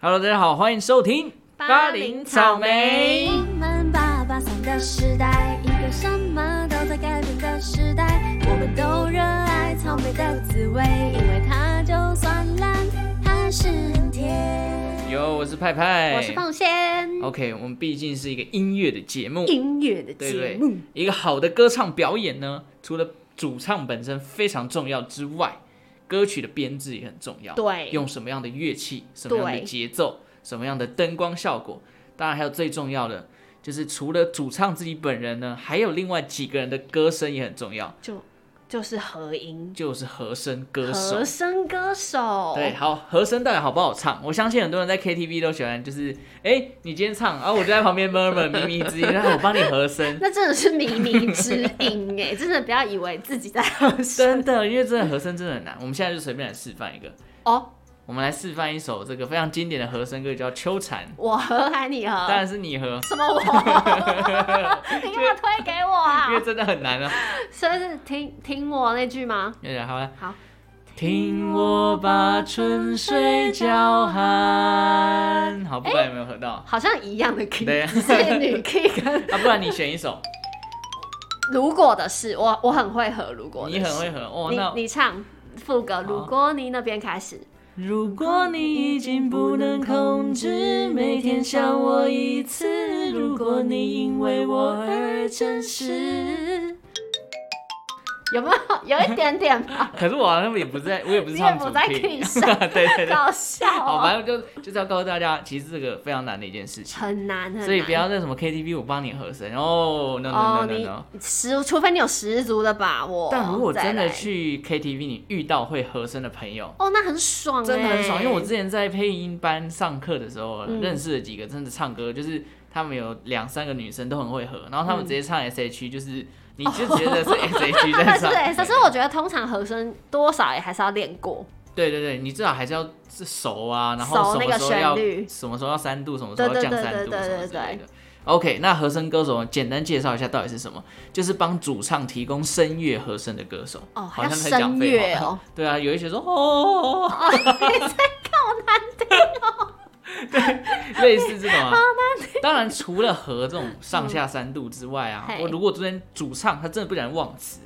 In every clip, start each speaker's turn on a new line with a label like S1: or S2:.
S1: Hello，大家好，欢迎收听
S2: 巴林草莓
S3: 我们八八三的时代，一个什么都在改变的时代，我们都热爱草莓的滋味，因为它就算烂，还是很甜。
S1: 有，我是派派，
S2: 我是放仙。
S1: OK，我们毕竟是一个音乐的节目，
S2: 音乐的
S1: 对不
S2: 节
S1: 对
S2: 目，？
S1: 一个好的歌唱表演呢，除了主唱本身非常重要之外，歌曲的编制也很重要。
S2: 对
S1: 用什么样的乐器，什么样的
S2: 对
S1: 节奏，什么样的灯光效果，当然还有最重要的。就是除了主唱自己本人呢，还有另外几个人的歌声也很重要，
S2: 就就是合音
S1: 就是和声歌手
S2: 和。声歌手，
S1: 对，，好，和声到底好不好唱？我相信很多人在 KTV 都喜欢，就是哎、你今天唱，然、后我就在旁边 murmur 靡靡之音，然后我帮你和声。
S2: 那 真的是靡靡之音哎，真的不要以为自己在和声
S1: 真的，因为真的和声真的很难。我们现在就随便来示范一个，
S2: 哦，
S1: 我们来示范一首这个非常经典的和声歌，叫《秋蝉》，
S2: 我和还你和
S1: 当然是你和，
S2: 什 么我？你干嘛推给我啊
S1: 因为？真的很难啊。
S2: 所以是听听我那句吗？
S1: 然后呢，
S2: 好，
S1: 听我把春水叫喊，好，不管有没有合 到，
S2: 好像一样的 key，
S1: 对啊
S2: 只是女 key 跟
S1: 啊，不然你选一首，
S2: 如果的事，我我很会和如果的
S1: 你
S2: 事，
S1: 很会合哦。那
S2: 你你唱副歌，如果你那边开始，
S1: 如果你已经不能控制，每天想我一次；如果你因为我而真实。
S2: 有没有有一点点吧？
S1: 可是我好像也不在，我也不是唱主
S2: 你也
S1: 题
S2: 不在 key 上
S1: 对 对对，
S2: 搞笑
S1: 好，
S2: 哦、
S1: 反正就就是要告诉大家，其实这个非常难的一件事情，
S2: 很难很难。
S1: 所以不要在什么 KTV 我帮你和声哦，no no no
S2: 哦，
S1: no no。
S2: 你十，除非你有十足的把握。
S1: 但如果真
S2: 再
S1: 的
S2: 来，
S1: 去 KTV，你遇到会和声的朋友，
S2: 哦，那很爽、欸，
S1: 真的很爽，因为我之前在配音班上课的时候，
S2: 嗯
S1: 认识了几个真的唱歌，就是他们有两三个女生都很会合，然后
S2: 嗯
S1: 他们直接唱 S H E，就是你就觉得是 S H E
S2: 他
S1: 在
S2: 们是
S1: 唱，
S2: 对，可是我觉得通常和声多少也还是要练过，
S1: 对对对，你至少还是要熟啊，然后
S2: 熟
S1: 什
S2: 那
S1: 么
S2: 个
S1: 时候要
S2: 旋律
S1: 什么时候要三度，什么时候要
S2: 对对
S1: 降
S2: 对
S1: 三度，
S2: 对对
S1: 什么
S2: 对
S1: 之
S2: 对
S1: 类的。OK，那和声歌手简单介绍一下到底是什么？就是帮主唱提供声乐和声的歌手。
S2: 哦
S1: 好
S2: 还
S1: 像
S2: 要
S1: 在讲
S2: 声
S1: 废
S2: 乐
S1: 话
S2: 哦。
S1: 对啊，有一些说哦， 类似这种啊。 当然，除了和这种上下三度之外啊，
S2: 嘿
S1: 我如果昨天主唱他真的不然忘词，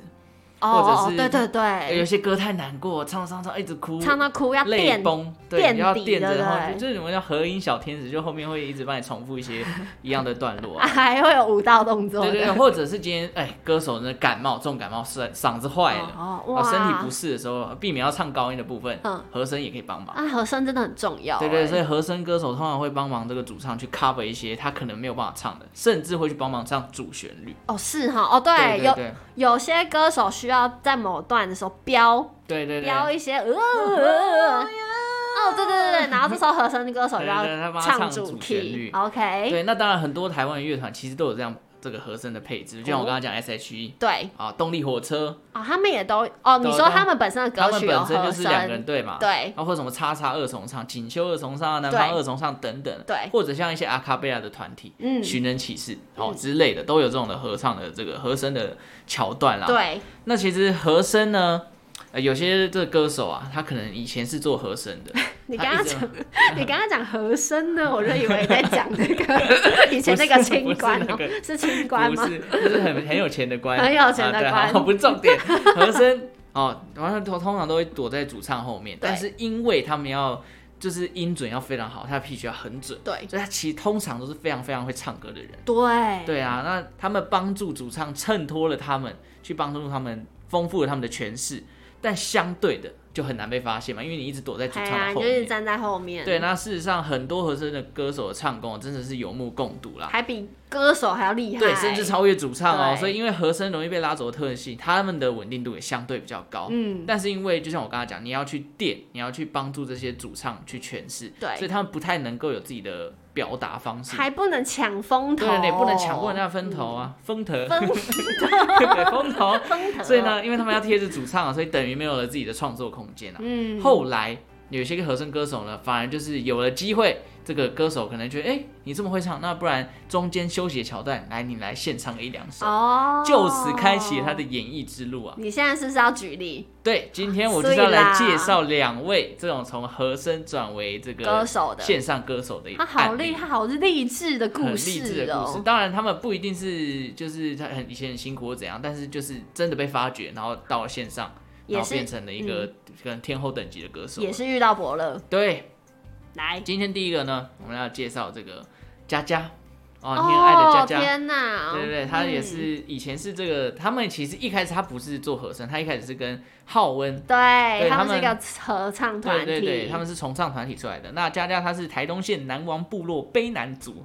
S1: 或
S2: 哦，
S1: 者是
S2: 哦对对
S1: 有
S2: 对，
S1: 些歌太难过，唱唱唱一直哭，
S2: 唱到哭要
S1: 泪
S2: 垫
S1: 崩，对，
S2: 垫
S1: 你要
S2: 底
S1: 垫着，
S2: 对不
S1: 然后
S2: 对
S1: 就是我们叫合音小天使，就后面会一直帮你重复一 些一样的段落、
S2: 啊
S1: 啊。
S2: 还会有舞蹈动作
S1: 对
S2: 的，
S1: 对对，或者是今天哎，歌手真的感冒，重感冒，嗓嗓子坏了，
S2: 哦
S1: 哦，身体不适的时候，避免要唱高音的部分
S2: 嗯，
S1: 和声也可以帮忙。
S2: 啊，和声真的很重要欸。
S1: 对对，所以和声歌手通常会帮忙这个主唱去 cover 一些他可能没有办法唱的，甚至会去帮忙唱主旋律。
S2: 哦是哈，哦对，
S1: 对
S2: 有
S1: 对
S2: 有些歌手需要在某段的时候飙
S1: 对对哎对，
S2: 飙一些呃呃，哦对对对对，然后这时候和声歌手就
S1: 对对对他
S2: 要
S1: 帮他唱
S2: 主哎
S1: 主旋律
S2: key。OK，
S1: 对，那当然很多台湾的乐团其实都有这样这个和声的配
S2: 哦
S1: 置，就像我刚刚讲 S.H.E
S2: 对
S1: 啊，动力火车，
S2: 哦，他们也都哦，你
S1: 对
S2: 说
S1: 对
S2: 他们本身的
S1: 他
S2: 歌
S1: 们
S2: 曲有
S1: 本身
S2: 和
S1: 就是两个人
S2: 声，
S1: 对嘛，
S2: 对
S1: 然后或者什么叉叉二重唱、锦绣二重唱啊、南方
S2: 对
S1: 二重唱等等，
S2: 对
S1: 或者像一些阿卡贝拉的团体，
S2: 嗯
S1: 寻人启事哦
S2: 嗯
S1: 之类的，都有这种的合唱的这个和声的桥段啦。，
S2: 对
S1: 那其实和声呢，呃，有些这个歌手啊，他可能以前是做和声的，
S2: 你
S1: 他
S2: 刚刚
S1: 一直
S2: 讲，你刚刚讲和声呢，我就以为你在讲那个 以前那个清官哦
S1: 不是不是那，个
S2: 是清官
S1: 不
S2: 吗？
S1: 是，就是很 很有钱的官，
S2: 很有钱的官
S1: 啊对好不是重点。和声哦，然后通通常都会躲在主唱后面，
S2: 对
S1: 但是因为他们要就是音准要非常好，他的 pitch 要很准，
S2: 对
S1: 所以他其实通常都是非常非常会唱歌的人。
S2: 对
S1: 对啊，那他们帮助主唱衬托了他们，去帮助他们丰富了他们的诠释，但相对的就很难被发现嘛，因为你一直躲在主
S2: 哎
S1: 唱
S2: 呀，
S1: 的
S2: 你
S1: 后
S2: 就是
S1: 面。
S2: 站在后面，
S1: 对，那事实上很多和声的歌手的唱功真的是有目共睹啦，
S2: 还比歌手还要厉害，
S1: 对，甚至超越主唱哦。
S2: 对
S1: 所以因为和声容易被拉走的特性，他们的稳定度也相对比较高。
S2: 嗯，
S1: 但是因为就像我刚刚讲，你要去垫，你要去帮助这些主唱去诠释，
S2: 对
S1: 所以他们不太能够有自己的表达方式。
S2: 还不能抢风头，
S1: 对对对，不能抢过人家的风头
S2: 嗯
S1: 啊，风头，
S2: 风
S1: 对风头。
S2: 风头，
S1: 所以，呢，因为他们要贴着主唱啊，所以等于没有了自己的创作空间啊。
S2: 嗯，
S1: 后来有些和声歌手呢，反而就是有了机会，这个歌手可能觉得，哎、你这么会唱，那不然中间休息的桥段，来你来现唱个一两首，
S2: 哦，
S1: 就此开启他的。演艺之路啊。
S2: 你现在是不是要举例
S1: 对，今天我就是要来介绍两位这种从和声转为这个
S2: 歌手的？
S1: 线上歌手的一个
S2: 他好
S1: 案例
S2: 厉害，好励志的故
S1: 很励志
S2: 事
S1: 的故事
S2: 哦。。
S1: 当然，他们不一定是就是他很以前很辛苦或怎样，但是就是真的被发掘，然后到了线上，
S2: 也
S1: 然后
S2: 是嗯
S1: 变成了一个可能天后等级的歌手。
S2: 也是遇到伯乐，
S1: 对，
S2: 来，
S1: 今天第一个呢，我们要介绍这个佳佳哦，你很爱的
S2: 哦
S1: 佳佳。
S2: 天哪，
S1: 对对对，他也
S2: 嗯
S1: 是以前是这个，他们其实一开始他不是做和声，他一开始是跟浩温
S2: 对，
S1: 对
S2: 他
S1: 他
S2: 们是一
S1: 们
S2: 个合唱团体，
S1: 对对对，他们是从唱团体出来的。那佳佳她是台东县南王部落卑南 族，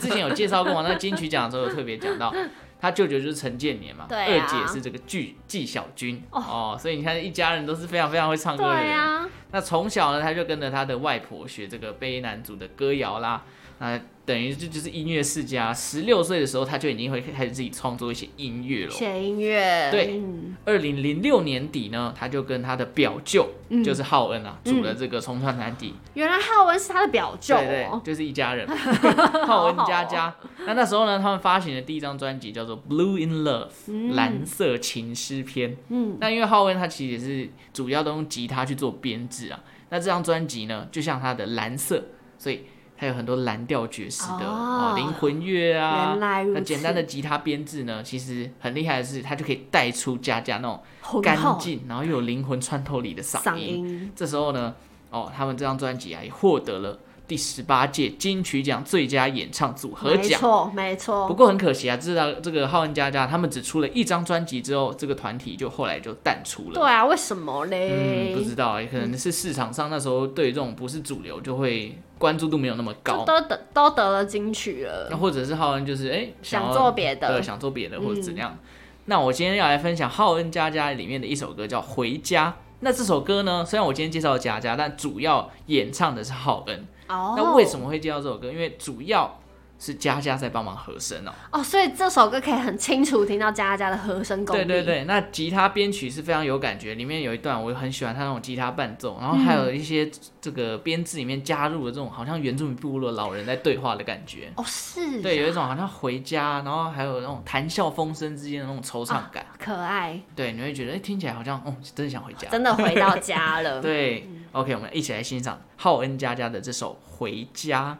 S1: 之前有介绍过嘛？那金曲奖的时候有特别讲到，他舅舅就是陈建年嘛，
S2: 对啊
S1: 二姐是这个纪纪晓君哦所以你看一家人都是非常非常会唱歌的
S2: 对
S1: 人。
S2: 啊，
S1: 那从小呢，他就跟着他的外婆学这个卑南族的歌谣啦，那等于这就是音乐世家。十六岁的时候，他就已经会开始自己创作一些音乐了。
S2: 写音乐，
S1: 对
S2: 嗯
S1: 二零零六年底呢，他就跟他的表舅，
S2: 嗯
S1: 就是浩恩啊，组了这个重创团体。
S2: 原来浩文是他的表舅
S1: 对对
S2: 哦，，
S1: 就是一家 人， 浩文佳佳。那那时候呢，他们发行的第一张专辑叫做《Blue in Love》蓝色情诗篇。
S2: 嗯，
S1: 那因为浩文他其实也是主要都用吉他去做编制啊。那这张专辑呢，就像他的蓝色，所以它有很多蓝调爵士的哦
S2: 哦
S1: 灵魂乐啊
S2: 原。来如
S1: 那
S2: 此，
S1: 简单的吉他编制呢，其实很厉害的是，它就可以带出佳佳那种
S2: 浑
S1: 干
S2: 厚
S1: 净，然后又有灵魂穿透力的
S2: 嗓音，
S1: 这时候呢，哦，他们这张专辑啊也获得了第十八届金曲奖最佳演唱组合
S2: 没
S1: 奖。
S2: 错没
S1: 不
S2: 错，
S1: 过很可惜啊，知道这个浩恩佳佳他们只出了一张专辑之后，这个团体就后来就淡出
S2: 对
S1: 了。
S2: 啊，为什么嘞？
S1: 嗯，不知道欸，可能是市场上那时候对于这种不是主流就会关注度没有那么
S2: 就
S1: 高，
S2: 都得都得了金曲
S1: 那
S2: 了，
S1: 或者是浩恩就是哎、
S2: 想
S1: 要
S2: 做别的
S1: 对，想做别的或者怎
S2: 嗯
S1: 样。那我今天要来分享浩恩佳佳里面的一首歌叫《回家》。那这首歌呢，虽然我今天介绍了佳佳，但主要演唱的是浩恩。
S2: 哦，
S1: 那为什？么会介绍这首歌？因为主要是佳佳在帮忙和声哦。
S2: 哦，所以这首歌可以很清楚听到佳佳的和声功
S1: 对
S2: 力，
S1: 对对，那吉他编曲是非常有感觉，里面有一段我很喜欢他那种吉他伴奏，然后还有一些这个编制里面加入了这种好像原住民部落老人在对话的感觉。
S2: 哦是，
S1: 对，有一种好像回家，然后还有那种谈笑风生之间的那种惆怅感。
S2: 可爱，
S1: 对，你会觉得哎、听起来好像哦，真的想回家。
S2: 真的回到家了，
S1: 对、o k 我们一起来欣赏浩恩佳佳的这首《回家》。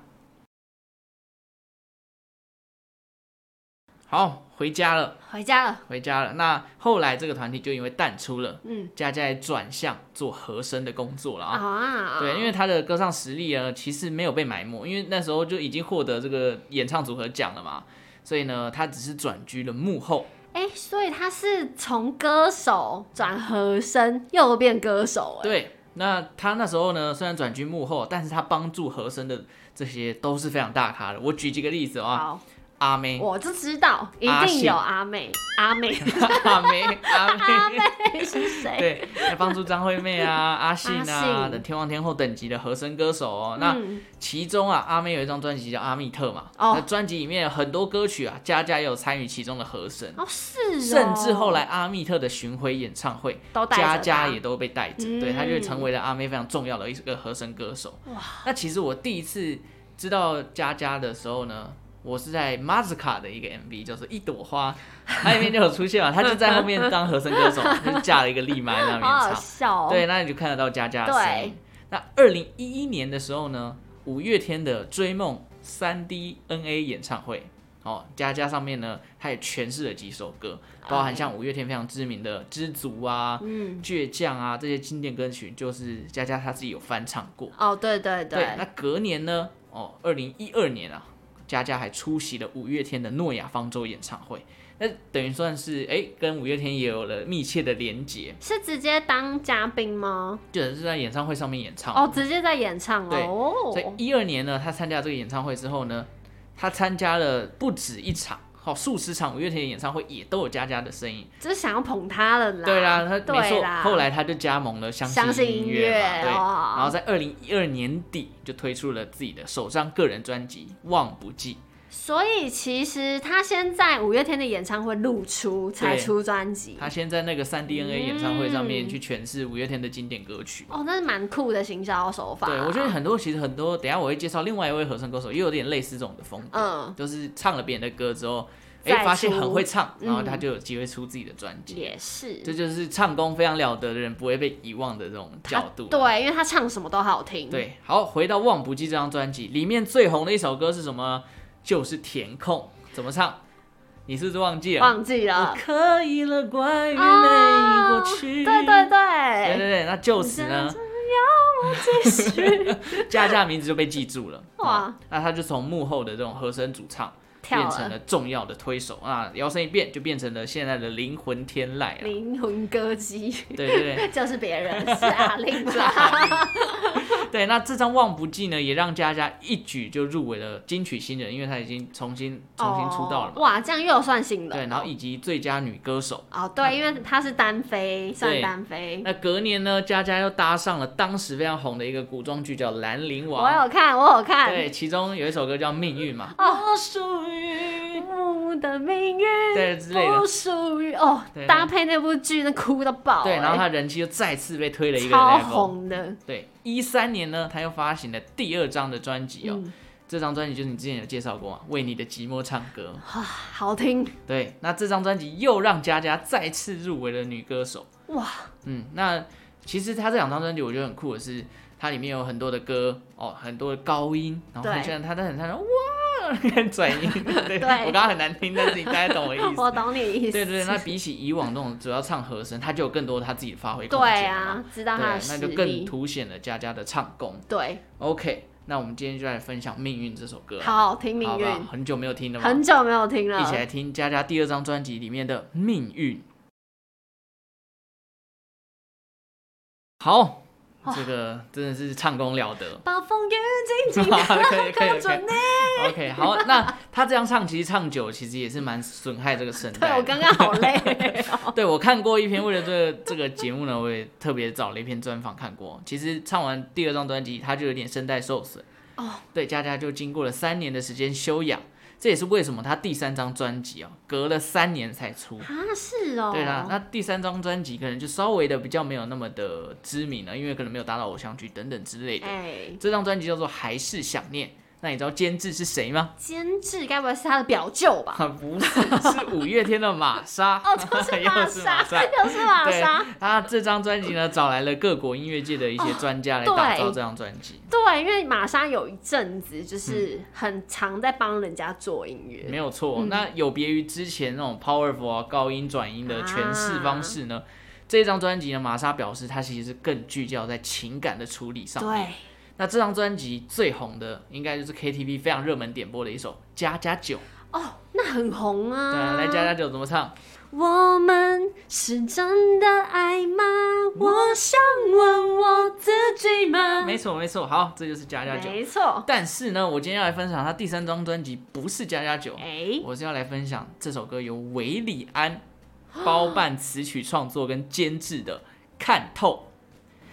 S1: 好，回家了，
S2: 回家了，
S1: 回家了。那后来这个团体就因为淡出了，
S2: 嗯
S1: 佳佳也转向做和声的工作了啊。
S2: 啊，
S1: 对，因为她的歌唱实力呢，其实没有被埋没，因为那时候就已经获得这个演唱组合奖了嘛，所以呢，她只是转居了幕后。
S2: 哎、所以他是从歌手转和声，又变歌手、哎，
S1: 对，那他那时候呢，虽然转居幕后，但是他帮助和声的这些都是非常大咖的。我举几个例子啊，
S2: 好，哦
S1: 阿妹、
S2: 我就知道一
S1: 阿
S2: 定
S1: 信
S2: 有阿妹，阿妹，
S1: 阿妹、 阿
S2: 阿
S1: 妹，
S2: 妹是谁？
S1: 对，还帮助张惠妹 啊、阿信
S2: 阿
S1: 啊
S2: 信
S1: 等天王天后等级的和声歌手哦。那
S2: 嗯
S1: 其中啊，阿妹有一张专辑叫《阿密特》嘛，
S2: 哦
S1: 那专辑里面有很多歌曲啊，佳佳也有参与其中的和声。
S2: 哦是哦，
S1: 甚至后来阿密特的巡回演唱会，
S2: 都带着
S1: 佳
S2: 他
S1: 佳也都被带着，
S2: 嗯
S1: 对，他就成为了阿妹非常重要的一个和声歌手。哇！那其实我第一次知道佳佳的时候呢，我是在 m a z k a 的一个 MV，叫做《一朵花》，它里面就有出现嘛，她就在后面当和声歌 手，就是架了一个立麦在那
S2: 好好
S1: 边唱。
S2: 笑、哦，
S1: 对，那你就看得到佳佳的声音。那二零一一年的时候呢，五月天的《追梦》三 D N A 演唱会，哦，佳佳上面呢，她也诠释了几首歌，包含像五月天非常知名的《知足》啊、
S2: 哦嗯，
S1: 倔强》啊这些经典歌曲，就是佳佳她自己有翻唱过。
S2: 哦对对对，
S1: 那隔年呢，哦，二零一二年啊，佳佳还出席了五月天的诺亚方舟演唱会。那等于算是哎、跟五月天也有了密切的连结，
S2: 是直接当嘉宾吗？
S1: 就是在演唱会上面演唱。
S2: 哦，直接在演唱
S1: 对
S2: 哦，
S1: 所以一二年呢，他参加这个演唱会之后呢，他参加了不止一场，好、数十场五月天的演唱会也都有佳佳的声音。
S2: 只是想要捧他了啦，
S1: 对啦，他没
S2: 对
S1: 错，
S2: 啦，
S1: 后来他就加盟了相
S2: 相信
S1: 音
S2: 音
S1: 乐嘛，
S2: 乐哦
S1: 对，
S2: 哇嗯
S1: 然后在二零一二年底就推出了自己的首张个人专辑《忘不记》。
S2: 所以其实他先在五月天的演唱会露出，才出专辑。
S1: 他先在那个三 DNA 演唱会上面去诠释五月天的经典歌曲。
S2: 哦，那是蛮酷的行销手法。
S1: 对，我觉得很多其实很多，等一下我会介绍另外一位和声歌手，也有点类似这种的风格，
S2: 嗯
S1: 就是唱了别人的歌之后，哎、
S2: 再出
S1: 发现很会唱，然后
S2: 嗯
S1: 他就有机会出自己的专辑。
S2: 也是。
S1: 这就是唱功非常了得的人不会被遗忘的这种角度。
S2: 啊对，因为他唱什么都好听。，
S1: 对，好，回到《忘不记》这张专辑里面最红的一首歌是什么？就是《填空》，怎么唱？你是不是忘记了？
S2: 忘记
S4: 我
S2: 了。
S4: 可以了，关于
S2: 啊
S4: 没过去。
S2: 哦对对
S1: 对 对
S2: 对，
S1: 对，那就此呢，佳佳的名字就被记住了。
S2: 哇
S1: 哦那他就从幕后的这种和声主唱
S2: 跳
S1: 变成了
S2: 了
S1: 重要的推手啊，摇身一变就变成了现在的灵魂天籁了。
S2: 灵魂歌姬，
S1: 对对对
S2: 就是别人是阿令吧？
S1: 对，那这张《忘不记》呢，也让佳佳一举就入围了金曲新人，因为她已经重新 重新出道了嘛。
S2: 哦哇，这样又有算新的。
S1: 对，然后以及最佳女歌手。
S2: 哦，对，因为他是单飞，算单飞。
S1: 那隔年呢，佳佳又搭上了当时非常红的一个古装剧，叫《兰陵王
S2: 我》。有看，我有看。哦
S1: 对，其中有一首歌叫《命运》嘛，
S4: 我属于
S2: 我的命运
S1: 对之类的
S2: 不。属于哦
S1: 对，
S2: 搭配那部剧，那哭到爆、
S1: 对，然后
S2: 哎
S1: 她人气又再次被推了一个
S2: 超
S1: level。
S2: 红的，
S1: 对，一三年呢，她又发行了第二张的专辑哦。
S2: 嗯
S1: 这张专辑就是你之前有介绍过嘛，《为你的寂寞唱歌》。
S2: 哇，啊好听
S1: 对，那这张专辑又让佳佳再次入围了女歌手。
S2: 哇，
S1: 嗯，那其实她这两张专辑我觉得很酷的是，它里面有很多的歌哦，很多的高音，然后
S2: 对
S1: 很像她在很像哇转 音。对，
S2: 对
S1: 我刚刚很难听，但是你大概懂我意
S2: 我
S1: 思。
S2: 懂你的意思。
S1: 对对对，那比起以往那种主要唱和声，她就有更多她自己的发挥空
S2: 对
S1: 间了嘛。
S2: 啊，知道他的
S1: 对，
S2: 实
S1: 那
S2: 力，
S1: 就更凸显了佳佳的唱功。
S2: 对，
S1: OK，那我们今天就来分享《命运》这首歌，好
S2: 好好听命
S1: 不啊好
S2: 运，
S1: 很久没有听了吧？
S2: 很久没有听了，。
S1: 一起来听佳佳第二张专辑里面的《命运》。好，这个真的是唱功了得
S2: 暴风雨
S1: 可
S2: 紧紧
S1: 以可以可
S2: 靠
S1: 以
S2: 着你。
S1: OK，好，那他这样唱，其实唱久，其实也是蛮损害这个 声
S2: 对
S1: 带的。
S2: 我刚刚好累 哦
S1: 对我看过一篇，为了这个这个节目呢，我也特别找了一篇专访看过。其实唱完第二张专辑，他就有点声带受损。
S2: 哦，
S1: 对，佳佳就经过了三年的时间休养，这也是为什么他第三张专辑哦，隔了三年才出。
S2: 啊，是哦，
S1: 对啦，那第三张专辑可能就稍微的比较没有那么的知名了，因为可能没有达到偶像剧等等之类的。
S2: 哎，
S1: 这张专辑叫做《还是想念》，那你知道监制是谁 吗？
S2: 监制该不会是他的表舅吧？
S1: 啊，不是，是五月天的玛莎。
S2: 哦，就是玛
S1: 又是玛
S2: 莎，
S1: 莎。
S2: 又是玛
S1: 对
S2: 莎，，
S1: 他这张专辑呢，找来了各国音乐界的一些专家来
S2: 哦对
S1: 打造这张专辑。
S2: 对，因为玛莎有一阵子就是很常在帮人家做音乐，
S1: 没有错。
S2: 嗯
S1: 那有别于之前那种 powerful 啊高音转音的诠
S2: 啊
S1: 释方式呢，这张专辑呢，玛莎表示她其实是更聚焦在情感的处理上面。
S2: 对，
S1: 那这张专辑最红的应该就是 KTV 非常热门点播的一首《加加酒》。
S2: 哦，那很红啊。
S1: 对啊，来《加加酒》怎么唱？
S2: 我们是真的爱吗？我想问我自己吗？
S1: 没错，没错，好，这就是《加加酒》。
S2: 没错，
S1: 但是呢，我今天要来分享他第三张专辑，不是《加加酒》，
S2: 哎，
S1: 我是要来分享这首歌由韦礼安包办词曲创作跟监制的《看透》。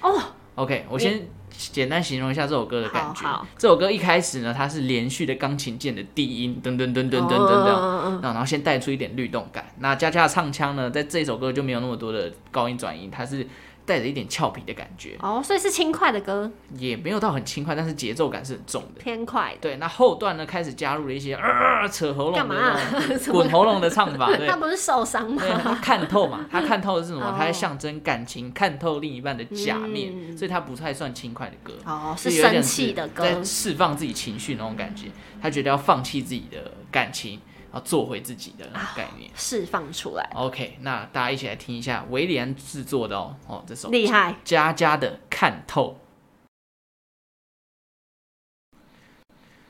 S2: 哦，
S1: OK，我先简单形容一下这首歌的感觉
S2: 好好。
S1: 这首歌一开始呢，它是连续的钢琴键的低音，噔噔噔噔噔噔这样，
S2: 嗯嗯嗯
S1: 那然后先带出一点律动感。那佳佳的唱腔呢，在这首歌就没有那么多的高音转音，它是带着一点俏皮的感觉，
S2: 哦，所以是轻快的歌，
S1: 也没有到很轻快，但是节奏感是很重的。
S2: 偏快的，
S1: 对，那后段呢开始加入了一些啊扯喉
S2: 干
S1: 咙的
S2: 嘛
S1: 那
S2: 啊
S1: 种、
S2: 什么
S1: 滚喉咙的唱法， 对
S2: 他。不是受伤吗
S1: 对，？他看透嘛，他看透的是什么
S2: 哦？
S1: 他在象征感情，看透另一半的假面，
S2: 嗯
S1: 所以他不太算轻快的歌。
S2: 哦，
S1: 就是有点
S2: 生气的歌，
S1: 在释放自己情绪那种感觉。他觉得要放弃自己的感情，然后做回自己的那
S2: 啊
S1: 种概念。
S2: 释放出来，
S1: OK，那大家一起来听一下维里安制作的哦，哦这首
S2: 厉害，
S1: 佳佳的《看透》。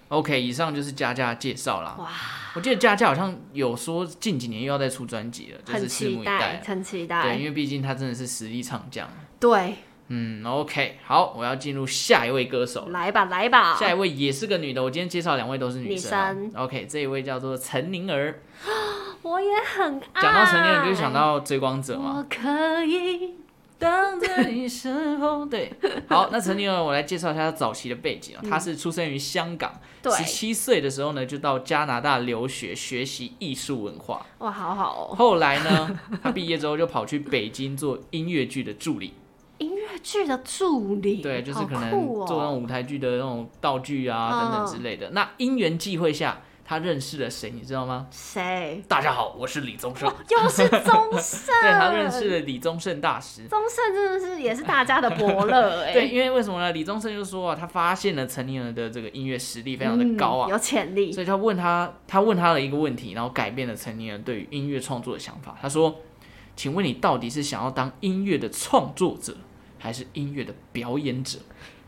S1: OK，以上就是佳佳的介绍啦。
S2: 哇，
S1: 我记得佳佳好像有说近几年又要再出专辑了，就
S2: 很
S1: 是拭目
S2: 期
S1: 以
S2: 待，
S1: 待。啊
S2: 很期
S1: 对，因
S2: 待，
S1: 为毕竟她真的是实力唱将。
S2: 对，
S1: 嗯，OK，好，我要进入下一位歌手了。
S2: 来吧，来吧，
S1: 下一位也是个女的，我今天介绍两位都是女生哦、
S2: 女
S1: OK，这一位叫做陈宁儿。
S2: 我也很爱。啊
S1: 讲到陈宁儿，就想到追光者嘛。
S2: 我可以
S4: 等着你是否对，
S1: 好，那陈立文，我来介绍一下他早期的背景啊、他是出生于香港，
S2: 对
S1: 十七岁的时候呢，就到加拿大留学学习艺术文化。
S2: 哇，好好哦，
S1: 后来 呢，他毕业之后就跑去北京做音乐剧的助理，
S2: 音乐剧的助理，
S1: 对，就是
S2: 好
S1: 可能
S2: 酷哦嗯
S1: 做那种舞台剧的那种道具啊等等之类的。那因缘际会下，他认识了谁，你知道吗？
S2: 谁，
S1: 大家好，我是李宗 盛。
S2: 又是宗盛，
S1: 对他认识了李宗盛大师。
S2: 宗盛真的是也是大家的伯乐 哎，
S1: 对，因为为什么呢？李宗盛就说啊，他发现了陈年儿的这个音乐实力非常的高啊，
S2: 嗯有潜力，
S1: 所以他问他，他问他了一个问题，然后改变了成年人对于音乐创作的想法。他说：“请问你到底是想要当音乐的创作者，还是音乐的表演者？”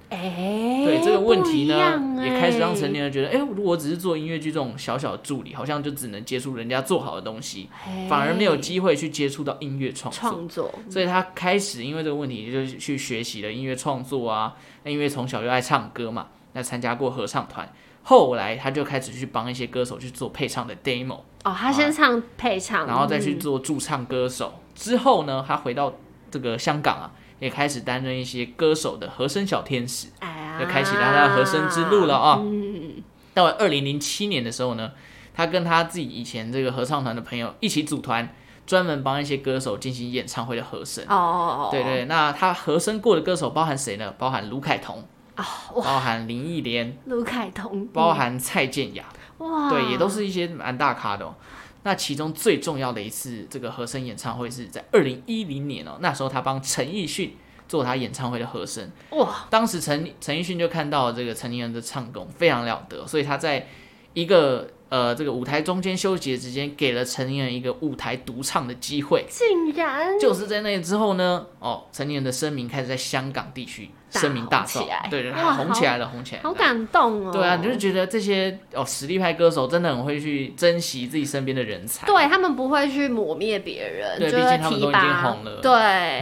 S2: 哎，
S1: 对这个问
S2: 不
S1: 题
S2: 一
S1: 呢
S2: 样，
S1: 也开始让
S2: 哎
S1: 成年人觉得，哎，如果我只是做音乐剧这种小小的助理，好像就只能接触人家做好的东西，反而没有机会去接触到音乐创作。
S2: 哎创作，
S1: 所以他开始因为这个问题，就是去学习了音乐创作啊。那因为从小就爱唱歌嘛，那参加过合唱团。后来他就开始去帮一些歌手去做配唱的 demo，
S2: 哦，他先唱配唱，
S1: 啊然后再去
S2: 嗯
S1: 做驻唱歌手。之后呢，他回到这个香港啊，也开始担任一些歌手的和声小天使，
S2: 哎呀，
S1: 就开启了他的和声之路了啊。
S2: 嗯，
S1: 到了二零零七年的时候呢，他跟他自己以前这个合唱团的朋友一起组团，专门帮一些歌手进行演唱会的和声。
S2: 哦哦，哦
S1: 对，对，那他和声过的歌手包含谁呢？包含卢凯彤，
S2: 哦，哇，
S1: 包含林忆莲，
S2: 卢凯彤，
S1: 包含蔡健雅，
S2: 嗯哇，
S1: 对，也都是一些蛮大咖的、哦。那其中最重要的一次这个和声演唱会是在二零一零年哦，那时候他帮陈奕迅做他演唱会的和声，
S2: 哇，
S1: 当时陈陈奕迅就看到这个陈年人的唱功非常了得，所以他在一个呃这个舞台中间休息的时间，给了陈年人一个舞台独唱的机会。
S2: 竟然
S1: 就是在那之后呢，哦，成年人的声名开始在香港地区
S2: 大
S1: 声名大
S2: 红起
S1: 噪
S2: 来，
S1: 对对，
S2: 哇
S1: 红起来了，红起来了。
S2: 好感动哦，
S1: 对啊，你就觉得这些哦实力派歌手真的很会去珍惜自己身边的人才。
S2: 对他们不会去抹灭别人，
S1: 对
S2: 就
S1: 毕
S2: 会
S1: 竟他们
S2: 提
S1: 都已经
S2: 拔
S1: 红了
S2: 对，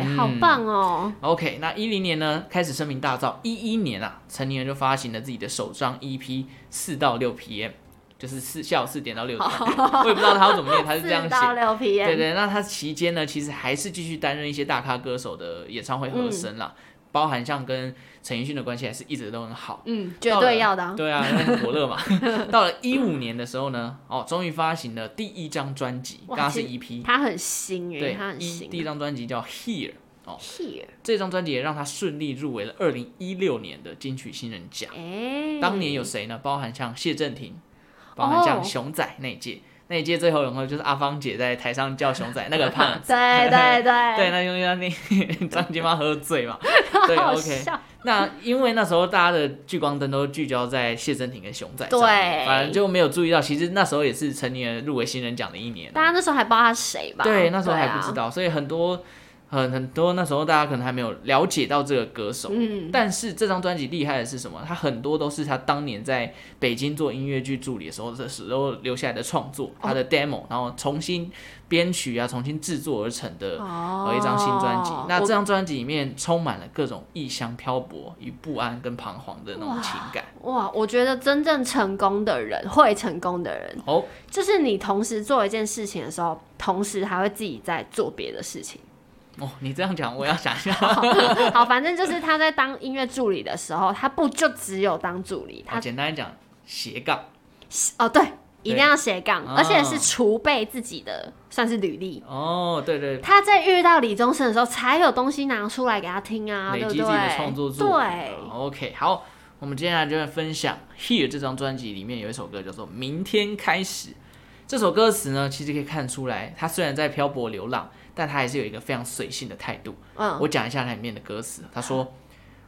S1: 嗯
S2: 好棒哦，
S1: ，OK，那一零年呢开始声名大噪，一一年啊，成年人就发行了自己的首张 EP 四到六 PM，就是四下午四点到六点，我也不知道他要怎么念，他是这样
S2: 四
S1: 写
S2: 到。六 P
S1: 对
S2: M，
S1: 对，那他期间呢，其实还是继续担任一些大咖歌手的演唱会和声啦，
S2: 嗯
S1: 包含像跟陈奕迅的关系还是一直都很好。
S2: 嗯，绝
S1: 到了
S2: 对要的啊，
S1: 对啊，那很火 热嘛。到了一五年的时候呢，哦，终于发行了第一张专辑，
S2: 哇
S1: 刚刚是
S2: 其
S1: EP，
S2: 他很新
S1: 对
S2: 哎，他，很
S1: 一
S2: 新
S1: 第一张专辑叫《Here》，
S2: ，Here，
S1: 这张专辑也让他顺利入围了二零一六年的金曲新人奖。
S2: 哎，。
S1: 当年有谁呢？包含像谢震廷，包含像熊仔那一届，那一届最后有个就是阿芳姐在台上叫熊仔那个胖子
S2: 对对对
S1: 对，，那就让那张金妈喝醉 嘛。对
S2: 好
S1: ，OK。
S2: 笑，
S1: 那因为那时候大家的聚光灯都聚焦在谢振廷跟熊仔上面，
S2: 对
S1: 反正就没有注意到，其实那时候也是成年人入围新人奖的一年，啊
S2: 大家那时候还不知道他是谁吧？
S1: 对，那时候还
S2: 啊
S1: 不知，道，所以很多很很多那时候大家可能还没有了解到这个歌手。
S2: 嗯，
S1: 但是这张专辑厉害的是什么？他很多都是他当年在北京做音乐剧助理的时候的时候留下来的创作，
S2: 哦
S1: 他的 demo，然后重新编曲啊，重新制作而成的
S2: 哦
S1: 和一张新专辑。那这
S2: 我
S1: 张专辑里面充满了各种异乡漂泊与不安跟彷徨的那种情感。
S2: 哇，我觉得真正成功的人，会成功的人，
S1: 哦，
S2: 就是你同时做一件事情的时候，同时还会自己在做别的事情。
S1: 哦，你这样讲，我要想一下。
S2: 好，反正就是他在当音乐助理的时候，他不就只有当助理，
S1: 好
S2: 他
S1: 简单来讲，斜杠
S2: 哦对，一定要斜杠，
S1: 哦
S2: 而且是储备自己的算是履历。
S1: 哦，对对，
S2: 他在遇到李宗盛的时候，才有东西拿出来给他听啊，
S1: 累
S2: 对
S1: 积
S2: 不
S1: 自己
S2: 对？
S1: 的创作作品
S2: 对，
S1: OK，好，我们接下来就来分享《Here》这张专辑里面有一首歌叫做《明天开始》。这首歌词呢，其实可以看出来，他虽然在漂泊流浪，但他还是有一个非常随性的态度。
S2: 嗯，
S1: 我讲一下它里面的歌词，他说：“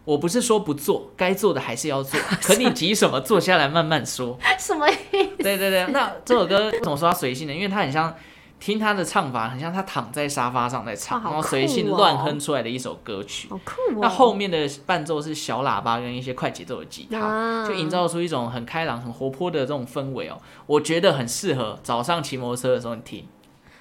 S1: 我不是说不做，该做的还是要 做，可你急什么？坐下来慢慢说。”
S2: 什么意思？
S1: 对对对，那这首歌为什么说它随性呢？因为它很像听它的唱法，很像他躺在沙发上在唱，
S2: 哇好
S1: 然后随性
S2: 酷哦
S1: 乱哼出来的一首歌曲。
S2: 好酷哦！
S1: 那后面的伴奏是小喇叭跟一些快节奏的吉他，
S2: 啊
S1: 就营造出一种很开朗、很活泼的这种氛围哦。我觉得很适合早上骑摩托车的时候你听，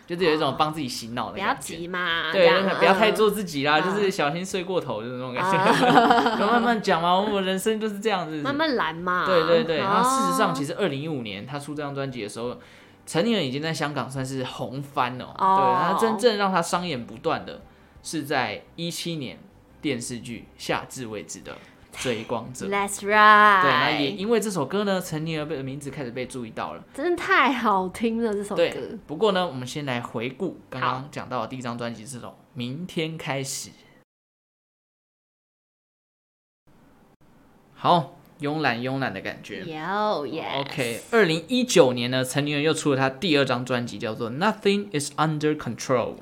S1: 就是有一种帮自己洗脑的
S2: 不要
S1: 感觉。
S2: 哦急嘛，
S1: 对，
S2: 这样
S1: 不要太
S2: 嗯
S1: 做自己啦，
S2: 嗯啊
S1: 就是小心睡过头，就是那种感 觉。 就慢慢讲嘛，我人生就是这样子。
S2: 慢慢来嘛。哦
S1: 对对对，然后事实上，其
S2: 实
S1: 实二零一五年他出这张专辑的时候，陈年人已经在香港算是红翻了、
S2: 哦
S1: 对，他真正让他商演不断的是在一七年电视剧《夏至未至》的追光 者。
S2: That's
S1: 对，那也
S2: right，
S1: 因为这首歌呢，陈年儿的名字开始被注意到了。
S2: 真的太好听了这首
S1: 对
S2: 歌。，
S1: 不过呢，我们先来回顾刚刚讲到的第一张专辑是从《明天开始》。好，慵懒慵懒的感觉。
S2: 有耶
S1: 哦 OK，二零一九年呢，陈年儿又出了他第二张专辑，叫做《Nothing Is Under Control》。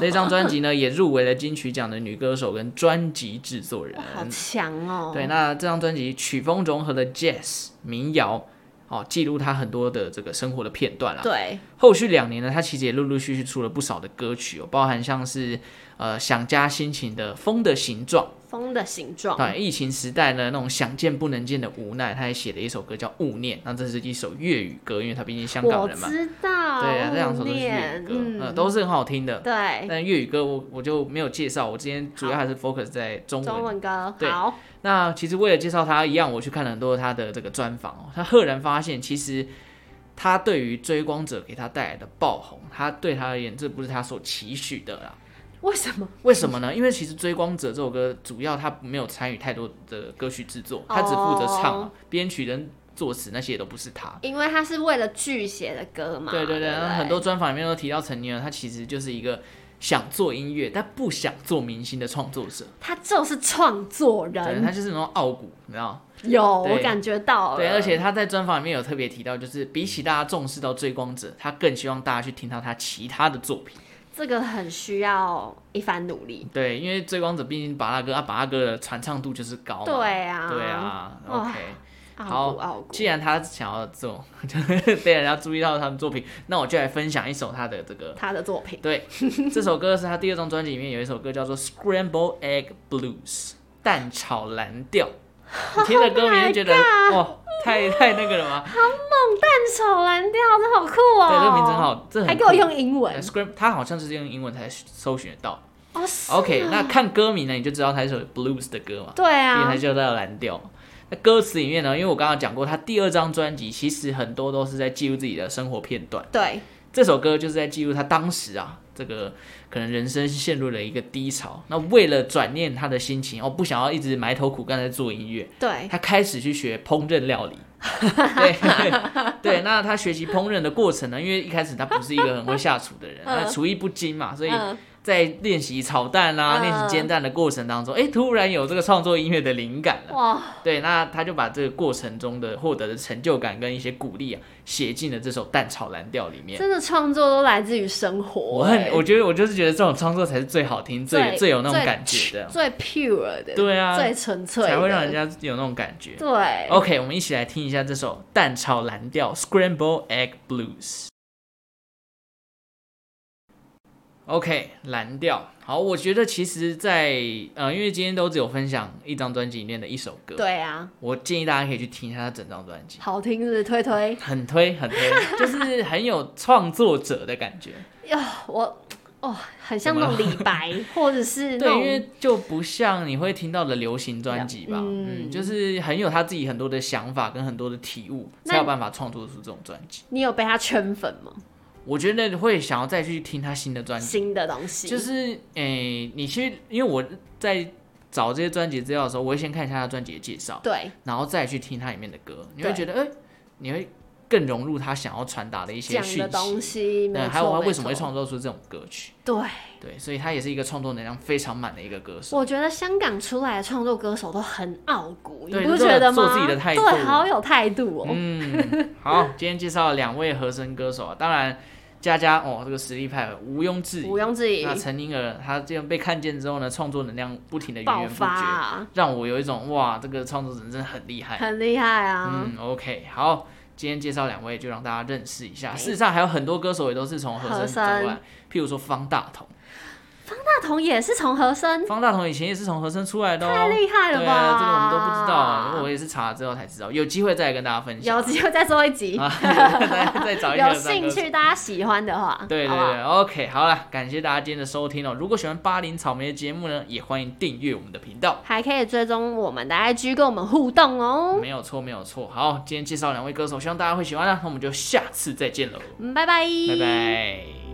S1: 这
S2: 哦
S1: 张专辑呢，也入围了金曲奖的女歌手跟专辑制作人。
S2: 好强哦！
S1: 对，那这张专辑曲风融合了 jazz 民谣，哦，记录他很多的这个生活的片段啦。
S2: 对，
S1: 后续两年呢，他其实也陆陆续续出了不少的歌曲哦，包含像是呃想家心情的《风的形状》，
S2: 风的形状，
S1: 对，疫情时代呢那种想见不能见的无奈，他也写了一首歌叫《勿念》，那这是一首粤语歌，因为他毕竟香港
S2: 我
S1: 人嘛，
S2: 知道，
S1: 对啊，这两首
S2: 我
S1: 都是粤
S2: 念
S1: 语歌，呃，
S2: 嗯，
S1: 都是很好听的。
S2: 对，
S1: 但粤语歌我我就没有介绍，我今天主要还是 focus 在中文
S2: 中文歌
S1: 对
S2: 好，
S1: 那其实为了介绍他，一样我去看了很多他的这个专访哦。他赫然发现，其实他对于追光者给他带来的爆红，他对他而言，这不是他所期许的啦。
S2: 为什么？
S1: 为什么呢？因为其实《追光者》这首歌主要他没有参与太多的歌曲制作，他只负责唱嘛
S2: 哦，
S1: 编、曲跟作词那些也都不是他。
S2: 因为它是为了剧写的歌嘛，
S1: 对对对，
S2: 对不
S1: 然后很多专访里面都提到陈宁儿，他其实就是一个想做音乐但不想做明星的创作者，
S2: 他就是创作
S1: 对他
S2: 人，
S1: 就是那种傲骨，你知道吗？
S2: 有我
S1: 对
S2: 感觉到了，
S1: 对，而且他在专访里面有特别提到，就是比起大家重视到《追光者》，他更希望大家去听到他其他的作品。
S2: 这个很需要一番努力，
S1: 对，因为《追光者》毕竟巴拉哥啊，巴拉哥的传唱度就是高嘛。
S2: 对啊，
S1: 哦对，啊
S2: 哇
S1: ，OK。
S2: 傲
S1: 好
S2: 骨傲骨
S1: 既，然他想要这 种被人家注意到他的作品，那我就来分享一首他的这个。
S2: 他的作品
S1: 对，这首歌是他第二张专辑里面有一首歌叫做《Scramble Egg Blues》蛋炒蓝 调。你听了歌名就觉得
S2: Oh my
S1: 哇，太太那个了吗？
S2: 蛋炒蓝调，这好酷哦，
S1: 对，这个名字很，好，这很
S2: 还给我
S1: 酷
S2: 用英文
S1: 呃 Scram，它好像是用英文才搜寻得到。
S2: 哦是
S1: OK，那看歌名呢，你就知道它是首 blues 的歌嘛，
S2: 对
S1: 因为
S2: 啊
S1: 它，叫做蓝调嘛。那歌词里面呢，因为我刚刚讲过，他第二张专辑其实很多都是在记录自己的生活片段。
S2: 对，
S1: 这首歌就是在记录他当时啊，这个可能人生陷入了一个低潮。那为了转念他的心情，哦，不想要一直埋头苦干在做音乐，
S2: 对，
S1: 他开始去学烹饪料理。对 对，那他学习烹饪的过程呢？因为一开始他不是一个很会下厨的人，他厨艺不精嘛，所以
S2: 嗯
S1: 在练习炒蛋啊、
S2: 嗯
S1: 练习煎蛋的过程当中，哎，突然有这个创作音乐的灵感了。
S2: 哇，
S1: 对，那他就把这个过程中的获得的成就感跟一些鼓励啊，写进了这首《蛋炒蓝调》里面。
S2: 真的创作都来自于生活，
S1: 我很
S2: 哎，
S1: 我觉得我就是觉得这种创作才是最好听、最最有那种感觉的，
S2: 最 pure 的，
S1: 对啊
S2: 最纯粹的，
S1: 才会让人家哦有那种感觉。
S2: 对
S1: OK，我们一起来听一下这首蛋炒蓝调 （Scramble Egg Blues）。OK，蓝调。好，我觉得其实在，呃，因为今天都只有分享一张专辑里面的一首歌，，
S2: 对啊，
S1: 我建议大家可以去听一下他整张专辑，
S2: 好听是不是推推，
S1: 很推很推， 就是很有创作者的感觉。
S2: 哟，我哦，很像那种
S1: 怎
S2: 李白， 或者是那
S1: 对，
S2: 种
S1: 因为就不像你会听到的流行专辑吧，
S2: 嗯
S1: 嗯就是很有他自己很多的想法跟很多的体悟，
S2: 那
S1: 才有办法创作出这种专辑。
S2: 你有被他圈粉吗？
S1: 我觉得会想要再去听他新的专辑，
S2: 新的东西
S1: 就是诶、你去，因为我在找这些专辑资料的时候，我会先看一下他专辑的介绍，
S2: 对
S1: 然后再去听他里面的歌，你会
S2: 对
S1: 觉得，哎、你会更融入他想要传达的一些
S2: 讲
S1: 讯
S2: 的
S1: 息。
S2: 东西，没
S1: 对，
S2: 错，
S1: 还有他
S2: 没
S1: 为什么会
S2: 错
S1: 创作出这种歌曲？
S2: 对，
S1: 对，所以他也是一个创作能量非常满的一个歌手。
S2: 我觉得香港出来的创作歌手都很傲骨，你
S1: 对
S2: 不
S1: 都
S2: 觉
S1: 有
S2: 得吗？
S1: 做自己的态
S2: 对，
S1: 度
S2: 好有态度哦。
S1: 嗯， 好，今天介绍了两位和声歌手啊，当然佳佳哦，这个实力派毋庸置疑，
S2: 毋庸置疑，
S1: 那陈宁儿她这样被看见之后呢，创作能量不停的源
S2: 爆
S1: 源不
S2: 发、
S1: 绝，
S2: 啊，
S1: 让我有一种哇，这个创作者真的很厉害。
S2: 很厉害啊！
S1: 哎嗯，OK，好，今天介绍两位就让大家认识一下。
S2: 哎
S1: 事实上还有很多歌手也都是从和
S2: 和
S1: 声走
S2: 声
S1: 过来，譬如说方大同，
S2: 大同也是从和声，
S1: 方大同以前也是从和声出来的哦。
S2: 嗯太厉害了
S1: 对
S2: 吧？
S1: 啊，这个我们都不知道 啊，我也是查了之后才知道，有机会再来跟大家分享。
S2: 有机会再做一集，
S1: 啊， 再 再找一些
S2: 有
S1: 和声歌
S2: 兴
S1: 手
S2: 趣大家喜欢的话，
S1: 对
S2: 好
S1: 对
S2: 不好
S1: 对，OK，好了，感谢大家今天的收听哦。如果喜欢巴林草莓的节目呢，也欢迎订阅我们的频道。
S2: 还可以追踪我们的 IG 跟我们互动哦。
S1: 没有错，没有错。啊好，今天介绍两位歌手，希望大家会喜欢啦。那我们就下次再见喽，
S2: 嗯，拜拜，
S1: 拜拜。